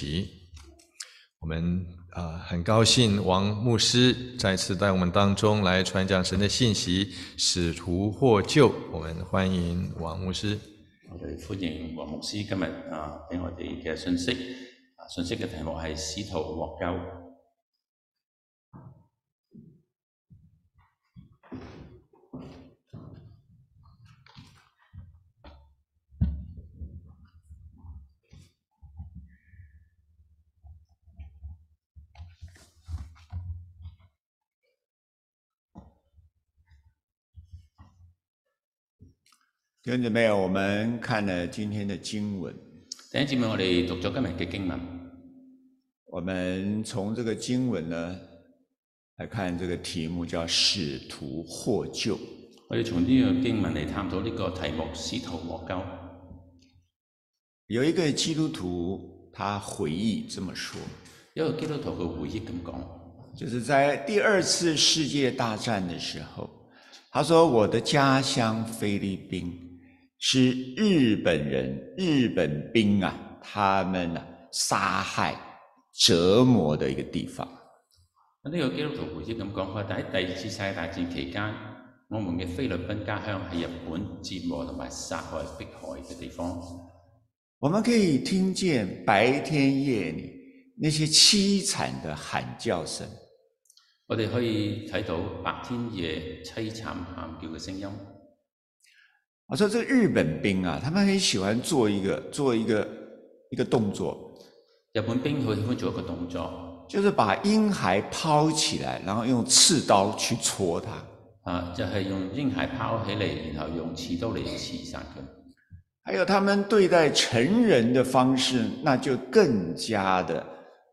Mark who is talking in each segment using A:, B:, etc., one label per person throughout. A: 题。我们啊、呃很高兴王牧师再次在我们当中来传讲神的信息，使徒获救。我们欢迎王牧师。
B: 我哋歡迎黃牧師今日啊俾我哋嘅信息，啊信息嘅題目係使徒獲救。
C: 弟兄姊妹，我们看了今天的经文，
B: 第一節目我哋讀咗今日嘅經文，
C: 我们从这个经文呢来看这个题目叫“使徒获救
B: 我哋從呢個經文嚟探討呢個題目使徒獲救。”。
C: 有一个基督徒他回忆这么说，
B: 一個基督徒嘅回憶咁講，
C: 就是在第二次世界大战的时候，他说：“我的家乡菲律宾是日本人、日本兵啊，他们啊杀害、折磨的一个地方。”
B: 呢個基督徒回憶咁講，佢話喺第二次世界大戰期間，我們嘅菲律賓家鄉係日本折磨同埋殺害迫害嘅地方。
C: 我们可以听见白天夜里那些凄惨的喊叫声，
B: 我哋可以睇到白天夜凄慘喊叫嘅聲音。
C: 我说，这个日本兵啊，他们很喜欢做一个做一个一个动作，
B: 日本兵佢喜歡做一個動作，
C: 就是把婴孩抛起来，然后用刺刀去戳他。
B: 啊，就係、用嬰孩拋起嚟，然後用刺刀嚟刺殺佢。
C: 还有他们对待成人的方式，那就更加的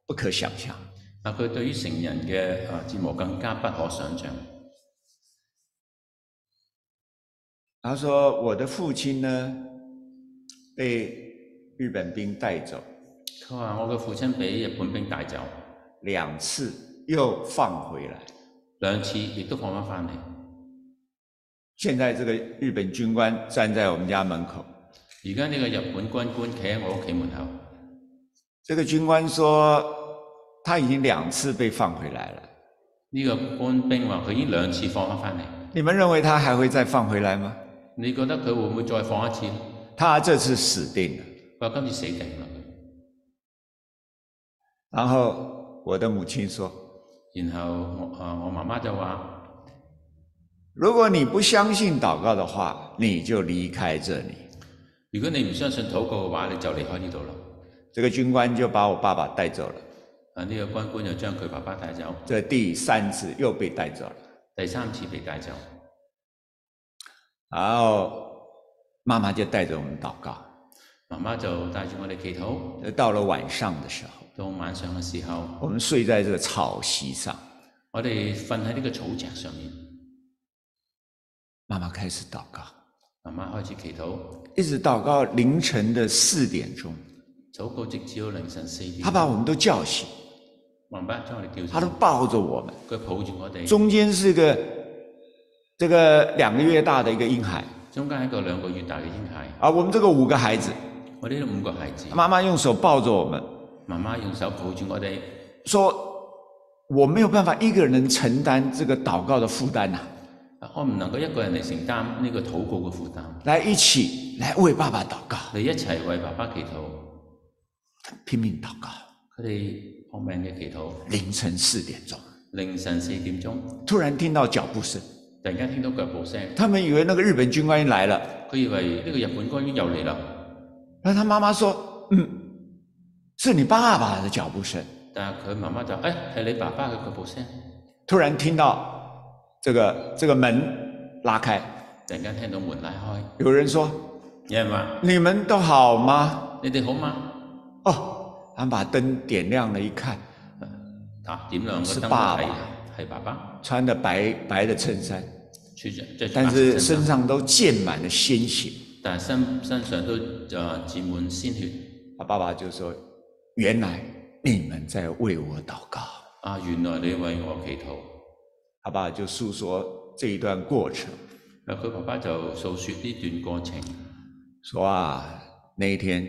C: 不可想象。
B: 啊，佢對於成人嘅啊折磨更加不可想像。
C: 他说：“我的父亲呢，被日本兵带走
B: 佢話：我嘅父親俾日本兵帶走
C: 两次，又放回来。”
B: 兩次，亦都放翻翻嚟。
C: 现在这个日本军官站在我们家门口，
B: 而家呢個日本軍官企喺我屋企門口，
C: 这个军官说他已经两次被放回来了，
B: 呢、個官兵話佢已經兩次放翻翻嚟。
C: 你们认为他还会再放回来吗？
B: 你覺得佢會唔會再放一次？
C: 他这次死定了。
B: 佢話今次死定啦。
C: 然后我的母亲说
B: 然後我啊，我媽媽就話：：“
C: 如果你不相信祷告的话，你就离开这里。
B: 如果你唔相信禱告嘅話，你就離開呢度啦。”
C: 这个军官就把我爸爸带走了。
B: 啊，呢、個軍官就將佢爸爸帶走，
C: 这第三次又被带走了。
B: 第三次被帶走。
C: 然后妈妈就带着我们祷告。
B: 媽媽就帶住我哋祈禱，
C: 到了晚上的时候，
B: 到晚上嘅時候，
C: 我们睡在这个草席上，
B: 我哋瞓喺呢個草席上面，
C: 妈妈开始祷告。
B: 媽媽開始祈禱，
C: 一直祷告凌晨的四点钟，
B: 禱告直至到凌晨四點。
C: 他把我们都叫醒，
B: 媽媽將我哋叫
C: 他都
B: 醒，
C: 抱着我们。
B: 佢抱住我哋，
C: 中间是个这个两个月大的一个婴孩
B: 中間係一個兩個月大嘅嬰孩，
C: 啊，我们这个五个孩子，
B: 我哋呢五個孩子，
C: 妈妈用手抱着我们，
B: 媽媽用手抱住我哋，
C: 说我没有办法一个人承担这个祷告的负担呐、
B: 啊我唔能夠一個人嚟承擔呢個禱告嘅負擔，
C: 来一起来为爸爸祷告，
B: 你一齊為爸爸祈禱。
C: 拼命祷告。
B: 佢哋搏命嘅祈禱，
C: 凌晨四点钟，
B: 凌晨四點鐘，突
C: 突然聽到脚步声，
B: 然間聽到腳步聲，
C: 他们以为那个日本军官来了，
B: 佢以為呢個日本軍官又嚟啦，
C: 然后他妈妈说：“嗯，是你爸爸的脚步声。”
B: 但係佢媽媽就哎誒係、你爸爸嘅腳步聲，
C: 突然听到这个这个门拉开，
B: 突然間聽到門拉開，
C: 有人说
B: 有人話：：“
C: 你们都好吗
B: 你哋好嗎？？”
C: 哦，他们把灯点亮了，一看，
B: 啊點亮個
C: 是
B: 燈
C: 爸爸
B: 睇，啊係爸爸，
C: 穿的白白的襯衫，
B: 穿着即係
C: 但是身
B: 上，
C: 上都溅满了鲜血。
B: 但係身身上都誒沾滿鮮血。
C: 他爸爸就说：“原来你们在为我祷告。
B: 啊，原來你為我祈禱。”
C: 他爸爸就诉说这一段过程，
B: 啊，佢爸爸就訴説呢段過程。
C: 说啊，那一天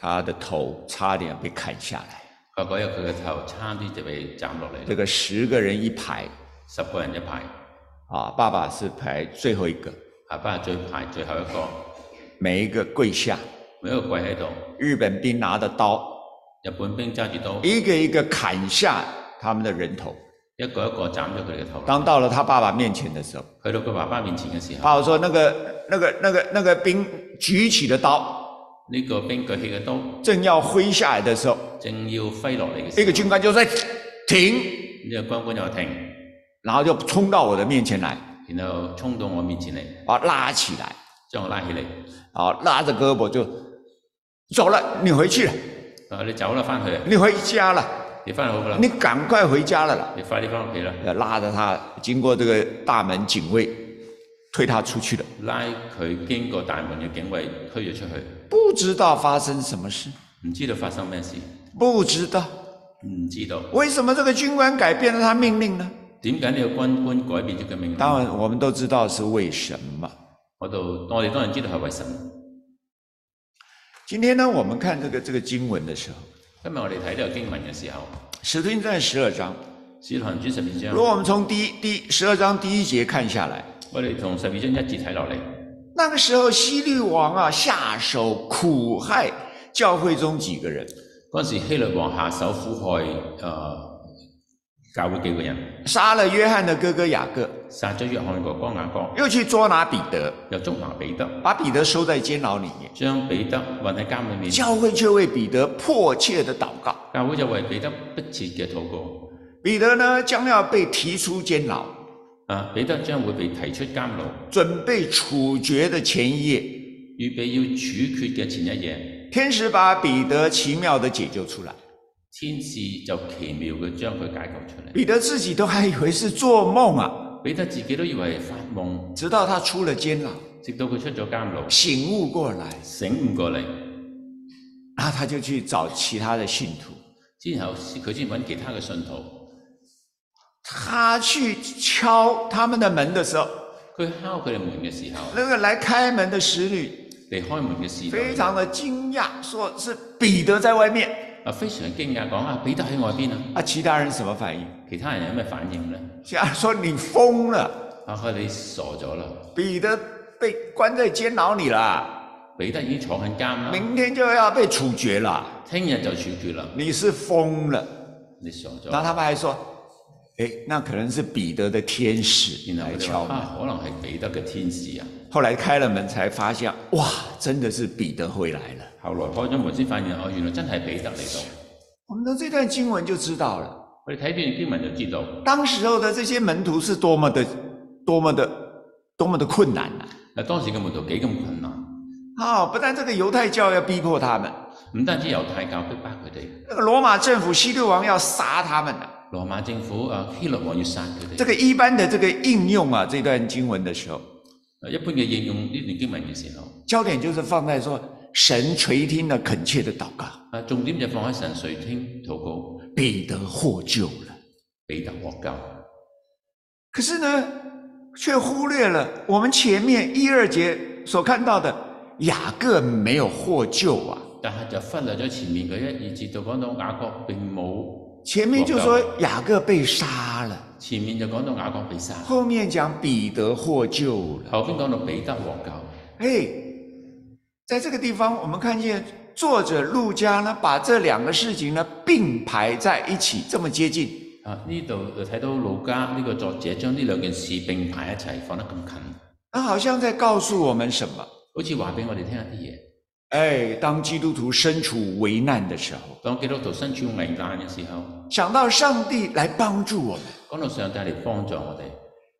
C: 他的头差点被砍下来。
B: 佢嗰日佢嘅頭差啲就被斬落
C: 这
B: 嚟，
C: 个十个人一排
B: 十個人一排，
C: 啊，爸爸是排最后一个，
B: 爸爸係最排最後一個，
C: 每一个跪下。
B: 每一個跪喺度，
C: 日本兵拿着刀，
B: 日本兵揸住刀，
C: 一个一个砍下他们的人頭。
B: 一個一個斬咗佢哋嘅頭。
C: 当到了他爸爸面前的时候，
B: 去到佢爸爸面前嘅時候，
C: 爸爸说：“那个、那个、那个、那个兵举起的刀，
B: 呢、個兵舉起嘅刀
C: 正要挥下來的时候，
B: 正要揮落嚟嘅
C: 一
B: 時
C: 个
B: 候，
C: 军官就说：‘停
B: 呢個軍官又停，！’
C: 然后就衝到我的面前来，
B: 然後衝到我面前嚟，
C: 把我拉起来，
B: 將我拉起嚟，
C: 啊，拉着胳膊就走了，你回去了，
B: 佢話你走啦，翻去啊，
C: 你回家了，
B: 你翻去好噶啦，
C: 你赶快回家了啦！
B: 你快啲翻屋企啦，
C: 要拉着他经过这个大门，警卫推他出去了。
B: 拉佢經過大門嘅警衛推咗出去，
C: 不知道发生什么事，
B: 唔知道發生咩事，
C: 不知道
B: 唔知道
C: 为什么这个军官改变了他命令呢？
B: 點解呢個軍官改變咗佢命令。
C: 当然，我们都知道是为什么。
B: 我度我哋當然知道係為神。
C: 今天呢，我们看这个这个经文的时候，
B: 今日我哋睇呢個經文嘅時候，
C: 《使徒行传》十二章，
B: 《使徒行傳》十二
C: 如果
B: 章，
C: 我们从第一第十二章第一节看下来，
B: 我哋從十二章一節睇落嚟。
C: 那个时候希律王啊下手苦害教會中几个人，
B: 嗰陣時，希律王下手苦害誒、呃教會幾個人，
C: 杀了约翰的哥哥雅各，
B: 殺咗約翰哥哥雅各，
C: 又去捉拿彼得，
B: 又捉拿彼得，
C: 把彼得收在监牢里面。
B: 將彼得運喺監裏面。
C: 教会却为彼得迫切的祷告，
B: 教會就為彼得迫切嘅禱告。
C: 彼得呢将要被提出监牢，
B: 啊，彼得將會被提出監牢，
C: 准备处决的前一夜，
B: 預備要處決嘅前一夜，
C: 天使把彼得奇妙的解救出来。
B: 天使就奇妙嘅將佢解救出嚟。
C: 彼得自己都还以为是做梦啊，
B: 彼得自己都以為係發夢，
C: 直到他出了监牢，
B: 直到佢出咗監牢。
C: 醒悟过来，
B: 醒悟過嚟，
C: 然后他就去找其他的信徒，
B: 之後佢先揾其他嘅信徒，
C: 他去敲他们的门的时候，
B: 佢敲佢哋門嘅時候，
C: 那个来开门的使女
B: 嚟開門嘅時
C: 非
B: 候，
C: 常的惊讶，说是彼得在外面
B: 啊非常驚訝講啊，彼得喺外邊啊，
C: 啊，其他人什么反应？
B: 其他人有咩反應呢？
C: 其他人说你疯了，
B: 啊，佢話你傻咗啦，
C: 彼得被关在监牢里了，
B: 彼得已經坐緊監啦，
C: 明天就要被处决了，
B: 聽日就處決啦，
C: 你是疯了。
B: 你傻咗。
C: 然后他们还说，哎，那可能是彼得的天使
B: 然後佢
C: 来
B: 哋話
C: 敲门。
B: 啊，可能係彼得嘅天使啊。
C: 后来开了门才发现，哇，真的是彼得回来了。
B: 後來開咗門先發現，哦，原來真係彼得嚟到。
C: 我们从这段经文就知道了，
B: 我哋睇段經文就知道，
C: 当时候的这些门徒是多么的、多么的、多么的困难呐、
B: 嗱當時啊嘅門徒幾咁困難，
C: 啊！不但这个犹太教要逼迫他们，
B: 唔單止猶太教逼迫佢哋，
C: 那个罗马政府希律王要杀他们呢、
B: 羅馬政府啊希律王要殺佢哋
C: 这。个一般的这个应用啊，这段經文的时候，
B: 啊一般嘅應用呢段經文嘅時候，
C: 焦点就是放在说神垂听了恳切的祷告，
B: 啊重點就放喺神垂聽禱告，
C: 彼得获救了。
B: 彼得獲救。
C: 可是呢，却忽略了我们前面一二节所看到的雅各没有获救啊。
B: 但係就忽略咗前面嗰一二節，就講到雅各並冇，
C: 前面就说雅各被杀了，
B: 前面就講到雅各被殺，
C: 后面讲彼得获救了。
B: 後邊講到彼得獲救。
C: 嘿，在这个地方我们看见作者路加呢，把这两个事情呢并排在一起，这么接近。
B: 啊！呢度就睇到路加呢個作者將呢兩件事並排一齊放得咁近，
C: 那好像在告訴我们什么？
B: 好似話俾我哋聽一啲嘢。
C: 哎，当基督徒身处危難的時候，
B: 當基督徒身處危難嘅時候，
C: 想到上帝来幫助我们，
B: 講到上帝嚟幫助我哋，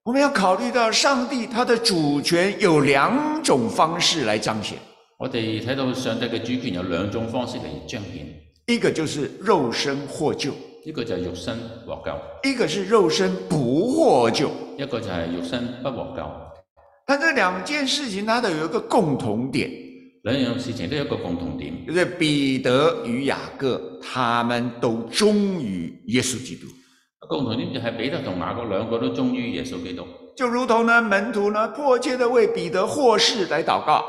C: 我们要考虑到上帝他的主权有两种方式来彰显，
B: 我哋睇到上帝嘅主權有兩種方式嚟彰顯。
C: 一个就是肉身获救，
B: 呢個就係肉身獲救，
C: 一个是肉身不获救。
B: 一個就係肉身不獲救。
C: 但这兩件事情它都有一个共同點，
B: 兩樣事情都有一個共同點，
C: 就是彼得与雅各他们都忠于耶穌基督，
B: 共同點就係彼得同雅各兩個都忠於耶穌基督，
C: 就如同呢门徒呢迫切的为彼得获释来祷告，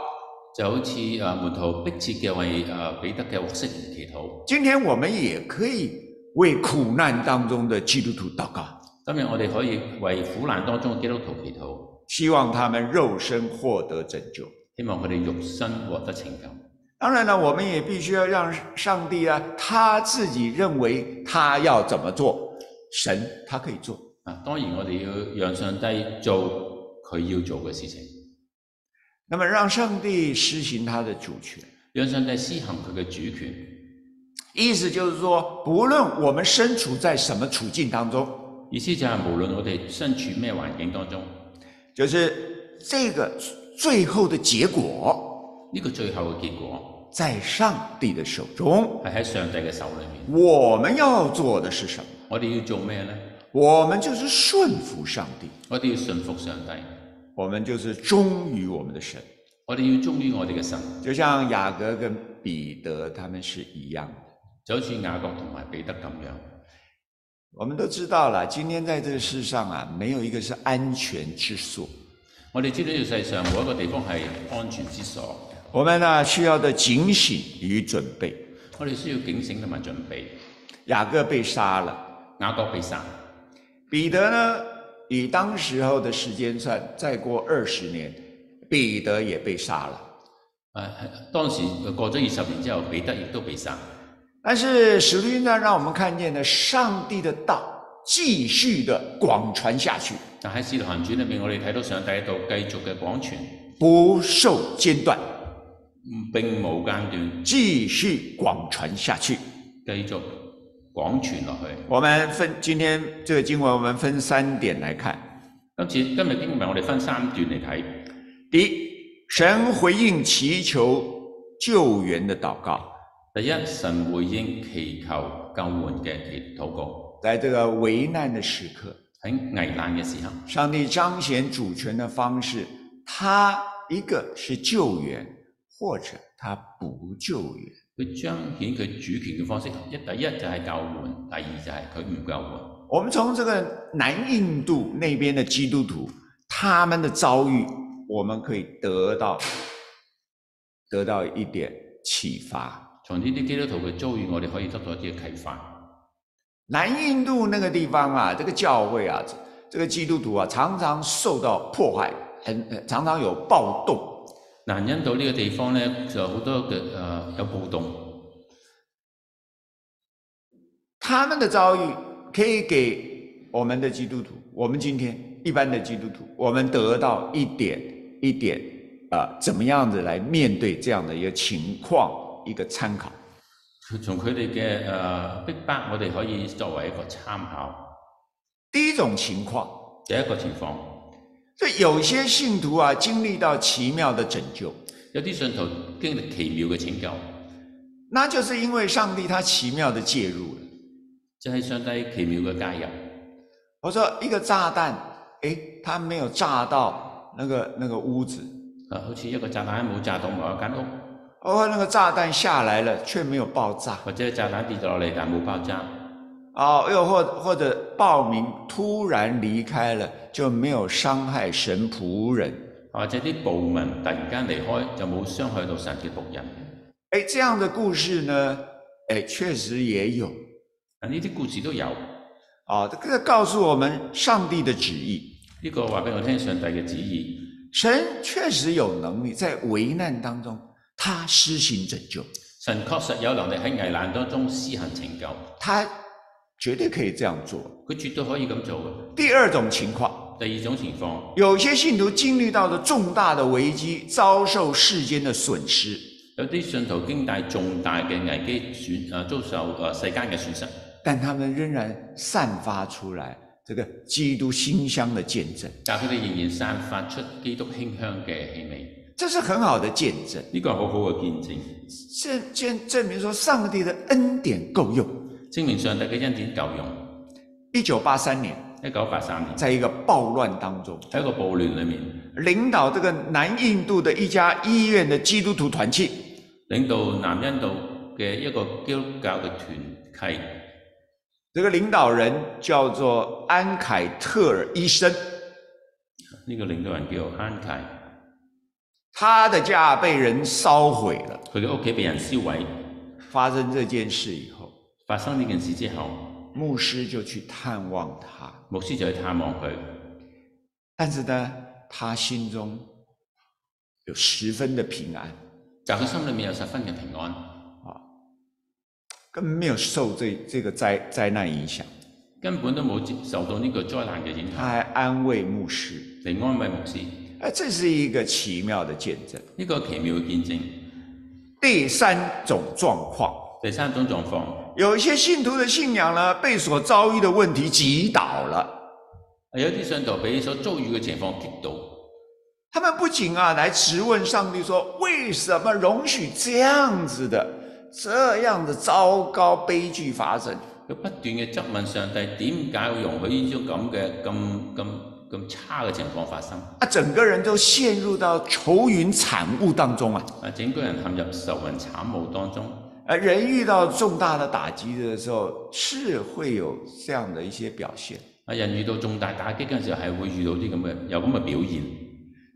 B: 就好似誒門徒迫切嘅為誒彼得嘅獲釋而祈禱。
C: 今天我们也可以为苦难当中的基督徒祷告，
B: 今日我哋可以為苦難當中嘅基督徒祈禱，
C: 希望他们肉身获得拯救。
B: 希望佢哋肉身獲得拯救。
C: 当然了，我们也必须要让上帝啊，他自己认为他要怎么做，神他可以做。
B: 啊，當然我哋要讓上帝做佢要做嘅事情，
C: 那么让上帝施行他的主权，
B: 讓上帝施行佢嘅主權。
C: 意思就是说，不论我们身处在什么处境当中，
B: 意思就係無論我哋身處咩環境當中，
C: 就是这个最后的结果
B: 呢、個最後嘅結果
C: 在上帝的手中。
B: 係喺上帝嘅手裏面。
C: 我们要做的是什么？
B: 我哋要做咩呢？
C: 我们就是顺服上帝，
B: 我哋要信服上帝，
C: 我们就是忠于我们的神，
B: 我哋要忠於我哋嘅神，
C: 就像雅各跟彼得他们是一样的。
B: 就好似雅各同埋彼得咁樣。
C: 我们都知道了，今天在这个世上啊，没有一个是安全之所。
B: 我哋知道呢個世上冇一個地方係安全之所，
C: 我们呢需要的警醒与准备。
B: 我哋需要警醒同埋準備。
C: 雅各被杀了，
B: 雅各被殺，
C: 彼得呢，以当时候的时间算，再过二十年，彼得也被杀了。
B: 誒、啊係當時過咗二十年之後，彼得亦都被殺。
C: 但是使徒行传让我们看见了上帝的道继续的广传下去，
B: 但喺《使徒行傳》裏面，我哋睇到上帝喺度繼續嘅廣傳，
C: 不受间断，
B: 嗯並冇間斷，
C: 继续广传下去。
B: 繼續廣傳落去。
C: 我们分今天这个经文，我们分三点来看。
B: 今次今日經文我哋分三段嚟睇。
C: 第一，神回应祈求救援的祷告，
B: 第一，神回應祈求救援嘅祈禱告，
C: 在这个危难的时刻，
B: 喺危難嘅時候，
C: 上帝彰显主权的方式，他一个是救援，或者他不救援。
B: 佢彰顯佢主權嘅方式。一第一就係救援，第二就係佢唔救援。
C: 我们从这个南印度那边的基督徒他们的遭遇，我们可以得到得到一点启发。
B: 從呢啲基督徒嘅遭遇，我哋可以得到一啲嘅啟發。
C: 南印度那个地方啊，这个教会啊，这这个基督徒啊，常常受到迫害，很呃常常有暴动。
B: 南印度呢個地方呢，就好多嘅誒、呃有暴動，
C: 他们的遭遇可以给我们的基督徒，我们今天一般的基督徒，我们得到一点一点啊、呃怎么样子来面对这样的一个情况，一个参考。
B: 從佢哋嘅誒逼迫，我哋可以作為一個參考。
C: 第一种情况，
B: 第一個情況，
C: 所以有些信徒啊，经历到奇妙的拯救，
B: 有啲信徒經歷奇妙嘅拯救，
C: 那就是因为上帝他奇妙的介入了。
B: 就係、上帝奇妙嘅介入。
C: 我说一个炸弹，诶，它没有炸到那个那个屋子，
B: 啊，好似一個炸彈冇炸到某一間屋，
C: 哦，那个炸弹下来了却没有爆炸，
B: 或者炸彈跌咗落嚟但冇爆炸，
C: 哦，又或或者暴民突然离开了，就没有伤害神仆人，
B: 或者啊啲暴民突然間離開就冇傷害到神嘅仆人。
C: 诶，哎这样的故事呢，诶，确实也有，
B: 啊，呢啲故事都有，呢、
C: 哦，这个告诉我们上帝的旨意，
B: 個話俾我聽上帝嘅旨意。
C: 神确实有能力在危难当中，他施行拯救，
B: 神確實有能力喺危難當中施行拯救，
C: 他绝对可以这样做。
B: 佢絕對可以咁做
C: 第二种情况。
B: 嘅。第二種情況，
C: 有些信徒经历到了重大的危机，遭受世间的损失，
B: 有啲信徒經大重大嘅危機損啊，遭受啊世間嘅損失，
C: 但他们仍然散发出来这个基督馨香的见证，
B: 但佢哋仍然散發出基督馨香嘅氣味，
C: 这是很好的见证，
B: 呢個係好好嘅見證，
C: 证证证明说上帝的恩典够用。
B: 證明上帝嘅恩典夠用。
C: 一九八三年，
B: 一九八三年
C: 在一个暴乱当中，
B: 喺一個暴亂裏面，
C: 领导这个南印度的一家医院的基督徒团契，
B: 領導南印度嘅一個基督教嘅團契，
C: 这个领导人叫做安凯特尔医生。
B: 呢、個領導人叫安契，
C: 他的家被人烧毁了。
B: 佢嘅屋企被人燒毀。
C: 发生这件事以后，
B: 發生呢件事之後，
C: 牧师就去探望他，
B: 牧師就去探望佢，
C: 但是呢，他心中有十分的平安，
B: 但佢心裏面有十分嘅平安，
C: 根本没有受这这个灾灾难影响。
B: 根本都冇接受到呢個災難嘅影
C: 他
B: 響。
C: 还安慰牧师，
B: 嚟安慰牧師，
C: 哎，这是一个奇妙的见证。
B: 呢、個奇妙嘅見證。
C: 第三种状况，
B: 第三種狀況，
C: 有一些信徒的信仰呢，被所遭遇的问题击倒了。
B: 有啲信徒俾所遭遇嘅情況擊倒，
C: 他们不仅啊来质问上帝说：“为什么容许这样子的、这样的糟糕悲剧发生
B: 佢不斷嘅質問上帝點解會容許呢種咁嘅咁咁咁差嘅情況發生？？”
C: 他啊整个人都陷入到愁云惨雾当中啊！
B: 啊，整個人陷入愁雲慘霧當中。
C: 呃，人遇到重大的打击的时候，是会有这样的一些表现
B: 啊，人遇到重大打擊嘅時候係會遇到啲咁嘅有咁嘅表現，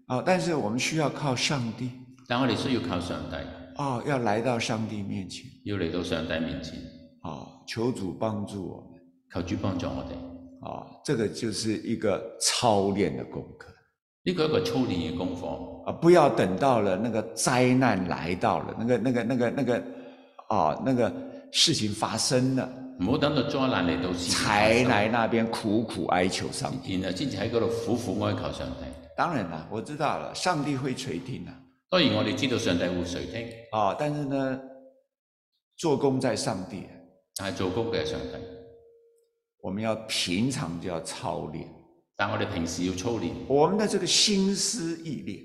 C: 啊、但是我们需要靠上帝
B: 但我哋需要靠上帝，
C: 哦，要来到上帝面前
B: 要嚟到上帝面前，
C: 啊、求主帮助我们
B: 求主幫助我哋。呢
C: 啊、这个就是一个操练的功课
B: 個係一個操練嘅功課，
C: 啊、不要等到了那个灾难来到了，那个那个那个那个啊、那个事情发生了，
B: 唔好等到災難嚟到先至發
C: 才
B: 生，
C: 来那边苦苦哀求上帝。
B: 然後先至喺嗰度苦苦哀求上帝。
C: 当然了，我知道了，上帝会垂听啊的、
B: 當然我哋知道上帝會垂聽，
C: 啊，但是呢，做工在上帝，啊
B: 但係做工嘅係上帝。
C: 我们要平常就要操练
B: 但我哋平時要操練，
C: 我们的这个心思意念。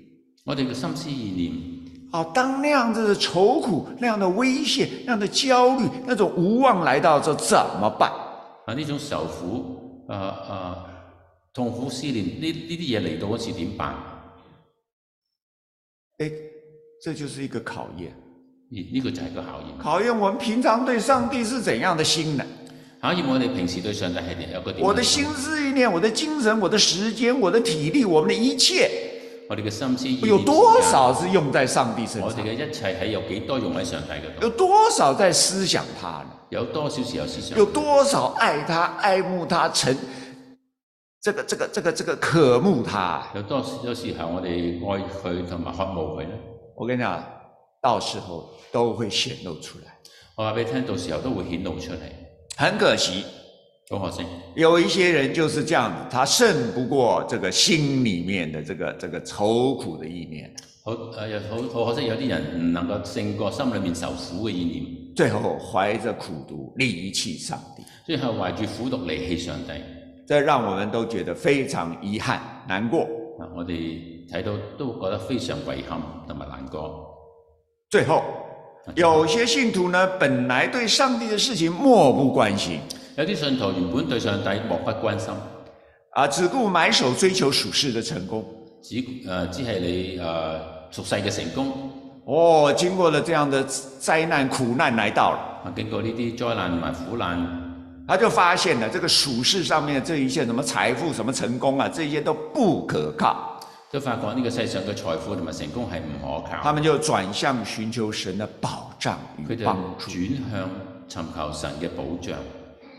B: 我哋嘅心思意念。
C: 啊，当那样子的愁苦、那样的危险、那样的焦虑、那种无望来到的时候，怎么办？
B: 啊！呢種受苦，啊啊痛苦思念，呢呢啲嘢嚟到嗰時點辦？而
C: 哎，这就是一个考验，
B: 呢個就係個考驗，
C: 考验我们平常对上帝是怎样的心呢？
B: 考驗我哋平時對上帝係有個點樣嘅態度？
C: 我的心思意念、我的精神、我的时间、我的体力、我们的一切，
B: 我哋嘅心思意念
C: 有多？少是用在上帝身
B: 我哋
C: 上？
B: 嘅一切係有幾多用喺上帝嗰
C: 有
B: 度？
C: 多少在思想他呢？
B: 有多少時候思想？
C: 有多少爱他、爱慕他、成这个、这个、这个、这个渴慕他？
B: 有多有時候我哋愛佢同埋渴慕佢呢？
C: 我跟你讲，到时候都会显露出来。
B: 我話俾你聽，到時候都會顯露出嚟。
C: 很可惜，
B: 好可惜，
C: 有一些人就是这样子，他胜不过这个心里面的这个这个愁苦的意念，
B: 好誒，有好好可惜，有啲人唔能夠勝過心裏面受苦嘅意念，
C: 最后怀着苦毒离弃上帝。
B: 最後懷住苦毒離棄上帝。
C: 这让我们都觉得非常遗憾、难过。
B: 啊，我哋睇到都覺得非常遺憾同埋難過。
C: 最后，有些信徒呢，本来对上帝的事情漠不关心，
B: 有啲信徒原本對上帝漠不關心，
C: 啊，只顾埋首追求属世的成功。
B: 只誒、呃只係你誒、呃、俗世嘅成功。
C: 哦，经过了这样的灾難苦難来到了，
B: 啊，經過呢啲災難同埋苦難，
C: 他就发现了这个属世上面的这一切什么財富、什么成功啊，这些都不可靠。
B: 都發覺呢個世上嘅財富同埋成功係唔可
C: 他
B: 靠。
C: 们就轉向尋求神的保障
B: 佢
C: 與
B: 哋
C: 幫助，
B: 轉向尋求神嘅保障，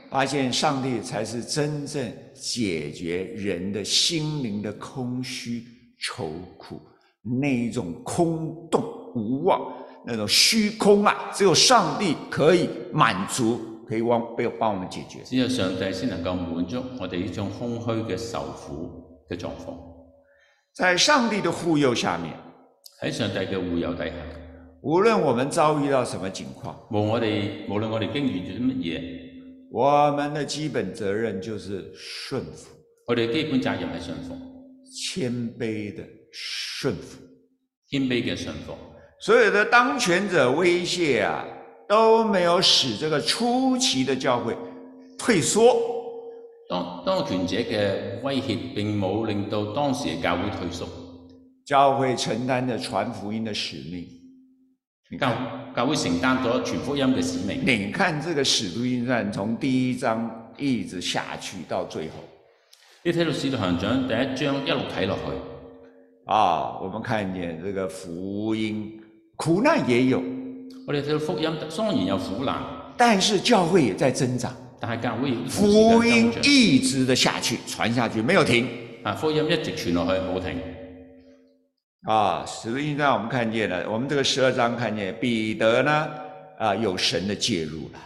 C: 發現上帝才是真正解決人的心靈的空虛、愁苦那一种空洞、无望、那种虚空啊，只有上帝可以滿足，可以幫帮我们解決。
B: 只有上帝先能夠滿足我哋呢種空虛嘅受苦嘅狀況。
C: 在上帝的护佑下面，
B: 喺上帝嘅護佑底下，
C: 无论我们遭遇到什么情况，
B: 無我哋無論我哋經遇咗啲乜嘢。
C: 我们的基本责任就是顺服，
B: 我哋嘅基本責任係信服，
C: 谦卑的顺服。
B: 謙卑嘅信服。
C: 所有的当权者威胁啊，都没有使这个初期的教会退缩，
B: 當當權者嘅威脅並冇令到當時嘅教會退縮，
C: 教会承担着传福音的使命。你看，
B: 教教會承擔咗全福音嘅使命。
C: 你看这个使徒行传从第一章一直下去到最后，
B: 你睇到使徒行長第一章一路睇落去，
C: 啊，我们看见这个福音，苦难也有，
B: 我哋睇到福音當然有苦難，
C: 但是教会也在增长，
B: 但係教會同時間
C: 福音
B: 增長
C: 一直的下去，传下去，没有停
B: 啊，福音一直傳落去冇停。
C: 啊。十一章我们看见了，我们这个十二章看见彼得呢，啊，有神的介入了，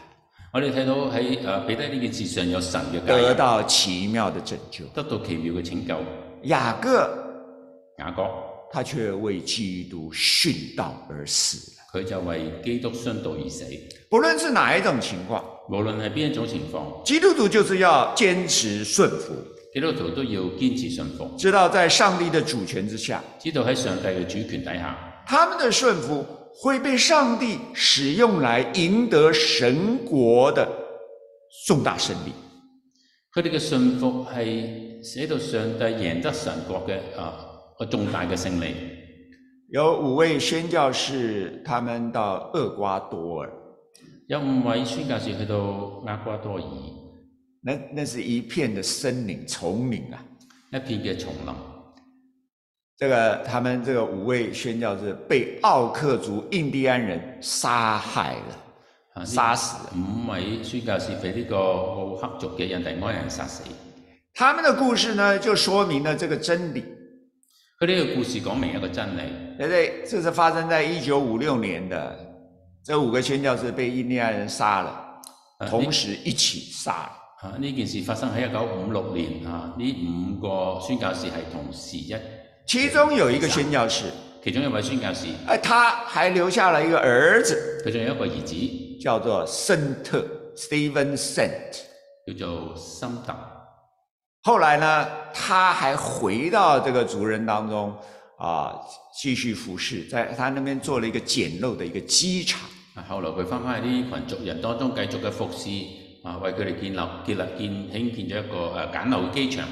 B: 我哋睇到喺誒彼得呢件事上有神嘅介
C: 得
B: 入，
C: 到奇妙的拯救。
B: 得到奇妙嘅拯救。
C: 雅各
B: 雅各
C: 他却为基督殉道而死了。
B: 佢就為基督殉道而死。
C: 不论是哪一种情况，
B: 無論係邊一種情況，
C: 基督徒就是要坚持顺服，
B: 基督徒都要堅持信服，
C: 知道在上帝的主权之下，
B: 知道喺上帝嘅主權底下，
C: 他们的顺服会被上帝使用来赢得神国的重大胜利。
B: 佢哋嘅信服係使到上帝贏得神國嘅啊個重大嘅勝利。
C: 有五位宣教士，他们到厄瓜多尔，
B: 有五位宣教士去到厄瓜多爾，一
C: 那那是一片的森林、丛林啊。
B: 片嘅叢林。啊
C: 这个他们这个五位宣教士被奥克族印第安人杀害了。
B: 啊呢
C: 殺死
B: 五位宣教士被呢個奧克族嘅印第安人殺死。
C: 他们的故事呢，就说明了这个真理。
B: 佢呢個故事講明一個真理。
C: 对不对？这是发生在一九五六年的，这五个宣教士被印第安人杀了，
B: 啊
C: 同
B: 呢
C: 时一起杀了。
B: 啊！呢件事發生喺一九五六年啊，呢五個宣教士係同時一，
C: 其中有一个宣教士，
B: 其中一位宣教士，
C: 哎，他还留下了一个儿子，
B: 佢仲有一個兒子
C: 叫做森特 （Stephen Sent）。
B: 叫做森特。
C: 后来呢，他还回到这个族人当中啊，继续服侍，在他那边做了一个简陋的一个机场。
B: 啊，後來佢翻返喺呢群族人當中繼續嘅服侍，啊，為佢哋建立建立建興建咗一個誒、呃簡陋嘅機場。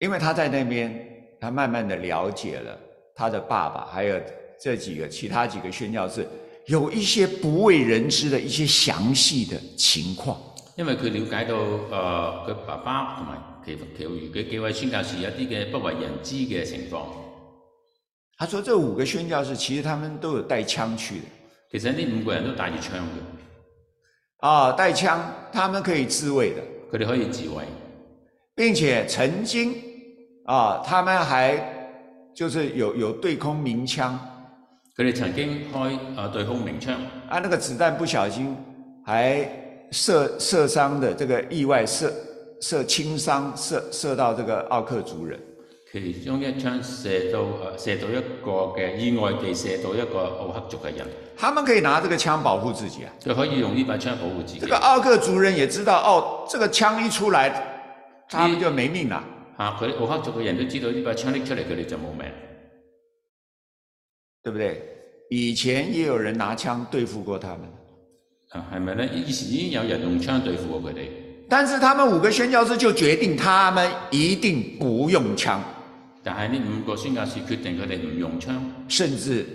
C: 因为他在那边，他慢慢的了解了他的爸爸，还有这几个其他几个宣教士有一些不为人知的一些详细的情况。
B: 因為佢了解到誒佢、爸爸同埋其其餘嘅幾位宣教士有啲嘅不為人知嘅情況。
C: 他说，这五个宣教士其实他们都有带枪去的
B: 其實呢五個人都帶住槍嘅，
C: 啊，带枪，他们可以自卫的，
B: 佢哋可以自衞，
C: 并且曾经啊，他们还就是有有对空鸣枪
B: 佢哋曾經開誒、呃、對空鳴槍。
C: 啊，那个子弹不小心还射射伤的这个意外射射轻伤射射到这个奥克族人。
B: 其中一槍射到呃射到一個嘅意外地射到一個奧克族嘅人，
C: 他们可以拿这个枪保护自己啊。
B: 佢可以用呢把槍保護自己。
C: 这个奥克族人也知道，哦，这个枪一出来，他们就没命了。
B: 啊，佢奧克族嘅人都知道呢把槍拎出嚟，佢哋就冇命。
C: 对不对？以前也有人拿枪对付过他们，
B: 啊，係咪咧？以前已經有人用槍對付過佢哋，
C: 但是他们五个宣教士就决定，他们一定不用枪，
B: 但係呢五個宣教士決定佢哋唔用槍，
C: 甚至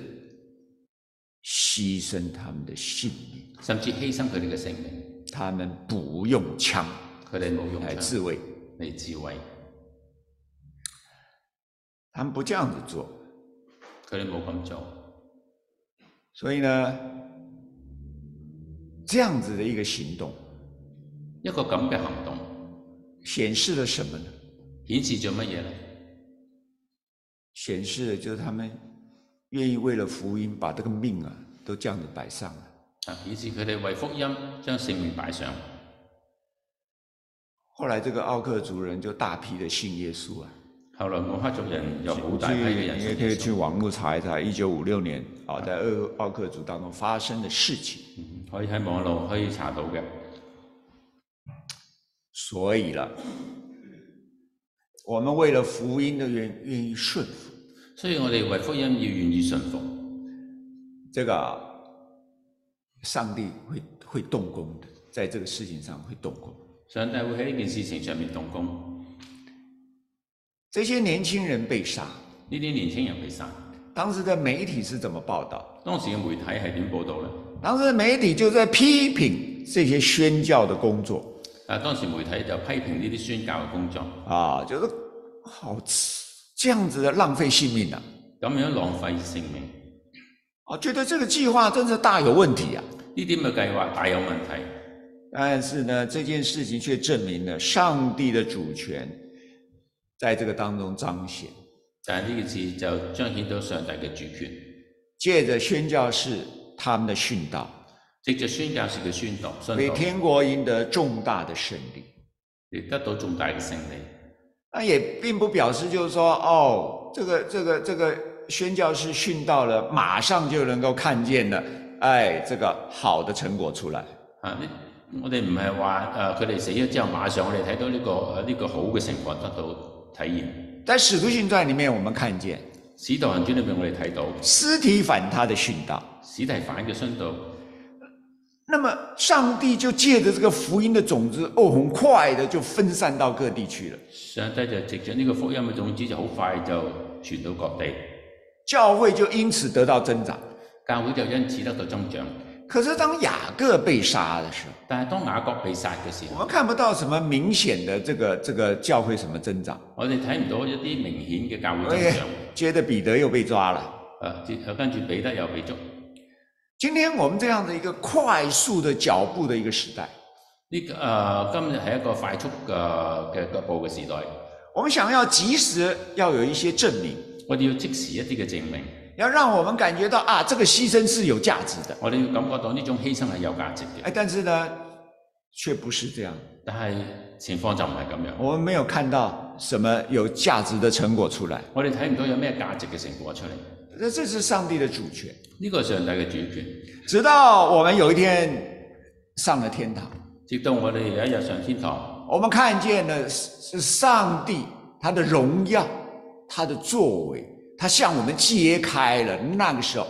C: 牺牲他们的性命，
B: 甚至犧牲佢哋嘅性命，
C: 他们不用枪
B: 佢哋冇用
C: 来
B: 槍
C: 自卫，
B: 嚟自衞，
C: 他们不这样子做。
B: 佢哋冇咁做。
C: 所以呢，这样子的一个行动
B: 一個咁嘅行動
C: 显示了什么呢？
B: 顯示咗乜嘢咧？
C: 显示的就是他们愿意为了福音把这个命啊都这样子摆上了。
B: 啊，顯示佢哋為福音將性命擺上。
C: 后来这个奥克族人就大批的信耶稣啊，
B: 後來奧克族人有好大批嘅人
C: 你也
B: 信
C: 可
B: 耶穌
C: 以去网络查一查，一九五六年啊，在奥奥克族当中发生的事情。
B: 可以喺網路可以查到嘅。
C: 所以了，我们为了福音的愿愿意顺服，
B: 所以我哋為福音要願意信服，
C: 这个啊上帝会会动工的，在这个事情上会动工。
B: 上帝會喺呢件事情上面動工。呢
C: 这些年轻人被杀，
B: 啲年輕人被殺，
C: 当时的媒体是怎么報道？
B: 當時嘅媒體係點報導呢？
C: 当时媒体就在批评这些宣教的工作
B: 啊，當時媒體就批評呢啲宣教嘅工作，
C: 啊，就是好吃这样子的浪费性命啊！
B: 咁樣浪費性命，
C: 我觉得这个计划真是大有问题啊！
B: 呢啲咁嘅計劃大有問題。
C: 但是呢，这件事情却证明了上帝的主权在这个当中彰显。
B: 但係呢件事就彰顯到上帝嘅主權，
C: 借着宣教士他们的殉道，
B: 藉着宣教士嘅宣讀、宣
C: 为
B: 導，
C: 天国赢得重大的胜利。
B: 亦得到重大嘅勝利。
C: 那也并不表示就是说，哦，这个这个这个宣教士殉道了，马上就能够看见了，哎，这个好的成果出来。
B: 啊！呢我哋唔係話啊誒佢哋死咗之後，馬上我哋睇到呢、個誒呢、個好嘅成果得到體現。
C: 在使徒行传里面，我们看见
B: 使徒行傳裏面我哋睇到
C: 斯提反他的殉道，
B: 史提反嘅殉道，
C: 那么上帝就借着这个福音的种子，哦，很快的就分散到各地去了。
B: 上帝就藉着呢個福音嘅種子就好快就傳到各地，
C: 教会就因此得到增长。
B: 教會就因此得到增長。
C: 可是当雅各被杀的时候，
B: 但係當雅各被殺嘅時
C: 我
B: 候，
C: 们看不到什么明顯的这个这个教会什么增长。哎
B: 我哋睇唔到一啲明顯嘅教會
C: 我也
B: 增長。
C: 觉得彼得又被抓了。
B: 誒接、啊跟住彼得又被捉。
C: 今天我们这样的一个快速的脚步的一个时代，
B: 呢、個呃今日係一個快速嘅嘅腳步嘅時代，
C: 我们想要及时要有一些证明，
B: 我哋要即時一啲嘅證明。
C: 要让我们感觉到啊，这个牺牲是有價值的。
B: 我哋要感覺到呢種犧牲係有價值嘅，
C: 哎，但是呢，却不是这样。
B: 但係情況就唔係咁樣。
C: 我们没有看到什么有價值的成果出来。
B: 我哋睇唔到有咩價值嘅成果出嚟。呢、
C: 那这是上帝的主权。
B: 個係上帝嘅主權，
C: 直到我们有一天上了天堂，
B: 直到我哋有一日上天堂，
C: 我们看见了是上帝他的荣耀，他的作为，他向我们揭开了。那个时候，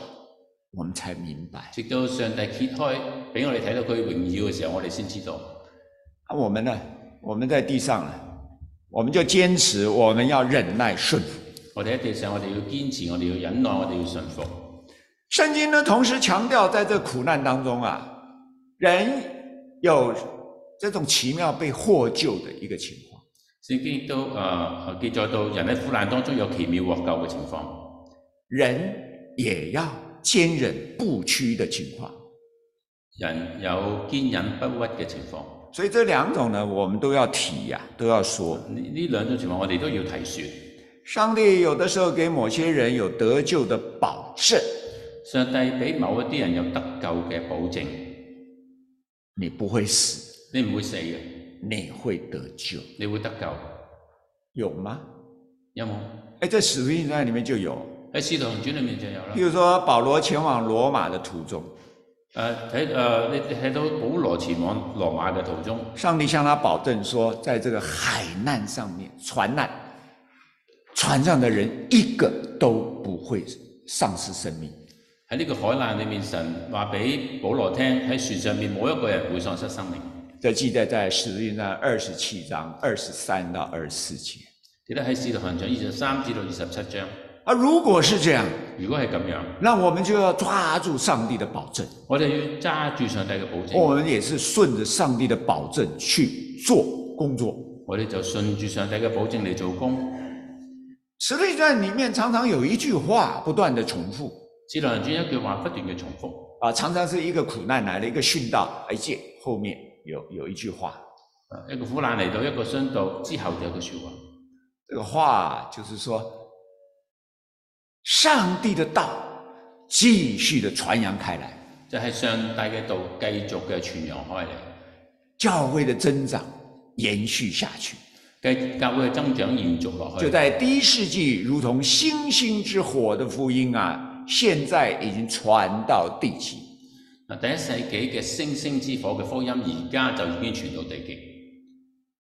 C: 我们才明白，
B: 直到上帝揭開俾我哋睇到佢榮耀嘅時候，我哋先知道。
C: 啊我们呢，我们在地上呢，我们就坚持我们要忍耐顺服。
B: 我哋喺地上，我哋要堅持，我哋要忍耐，我哋要信服。
C: 圣经呢，同时强调，在这苦难当中啊，人有这种奇妙被获救的一个情况。
B: 聖經亦都誒、呃、記載到人喺苦難當中有奇妙獲救嘅情況，
C: 人也要坚忍不屈的情况。
B: 人有堅忍不屈嘅情況。
C: 所以这两种呢，我们都要提呀、都要说。
B: 呢呢兩種情況我哋都要提説。
C: 上帝有的时候给某些人有得救的保证，
B: 上帝俾某一啲人有得救嘅保證，
C: 你不会死，
B: 你唔會死嘅，
C: 你会得救，
B: 你會得救，
C: 有吗？
B: 有冇？
C: 哎，在使徒行传里面就有。
B: 喺《使徒行傳》裏面就有啦
C: 譬。如说，保罗前往罗马的途中，
B: 誒睇誒，你睇到保羅前往羅馬嘅途中，
C: 上帝向他保证说，在这个海难上面，船难，船上的人一个都不会丧失生命。
B: 喺呢個海難裏面，神話俾保羅聽，喺船上面冇一個人會喪失生命。
C: 这记载在使徒行传二十七章二十三到二十四节。
B: 記得喺《使徒行傳》二十三至到二十七章。
C: 啊，如果是这样，
B: 如果係咁樣，
C: 那我们就要抓住上帝的保证，
B: 我哋要揸住上帝嘅保
C: 我
B: 證，
C: 们也是顺着上帝的保证去做工作。
B: 我哋就順住上帝嘅保證嚟做工。
C: 使徒行传里面常常有一句话不断的重复，
B: 使徒行傳一句話不斷嘅重複。
C: 啊，常常是一个苦难来了，一个殉道，而且后面有有一句话，
B: 啊一個苦難嚟到一個殉道之後就有句説話，
C: 这个话就是说，上帝的道继续的传扬开来，
B: 就係、上帝嘅道繼續嘅傳揚開嚟，
C: 教会的增長延續下去，
B: 繼教會嘅增長延續落
C: 就
B: 去。
C: 在第一世纪，如同星星之火的福音啊，现在已经传到地极。
B: 啊嗱，第一世紀嘅星星之火嘅福音，而家就已經傳到地極。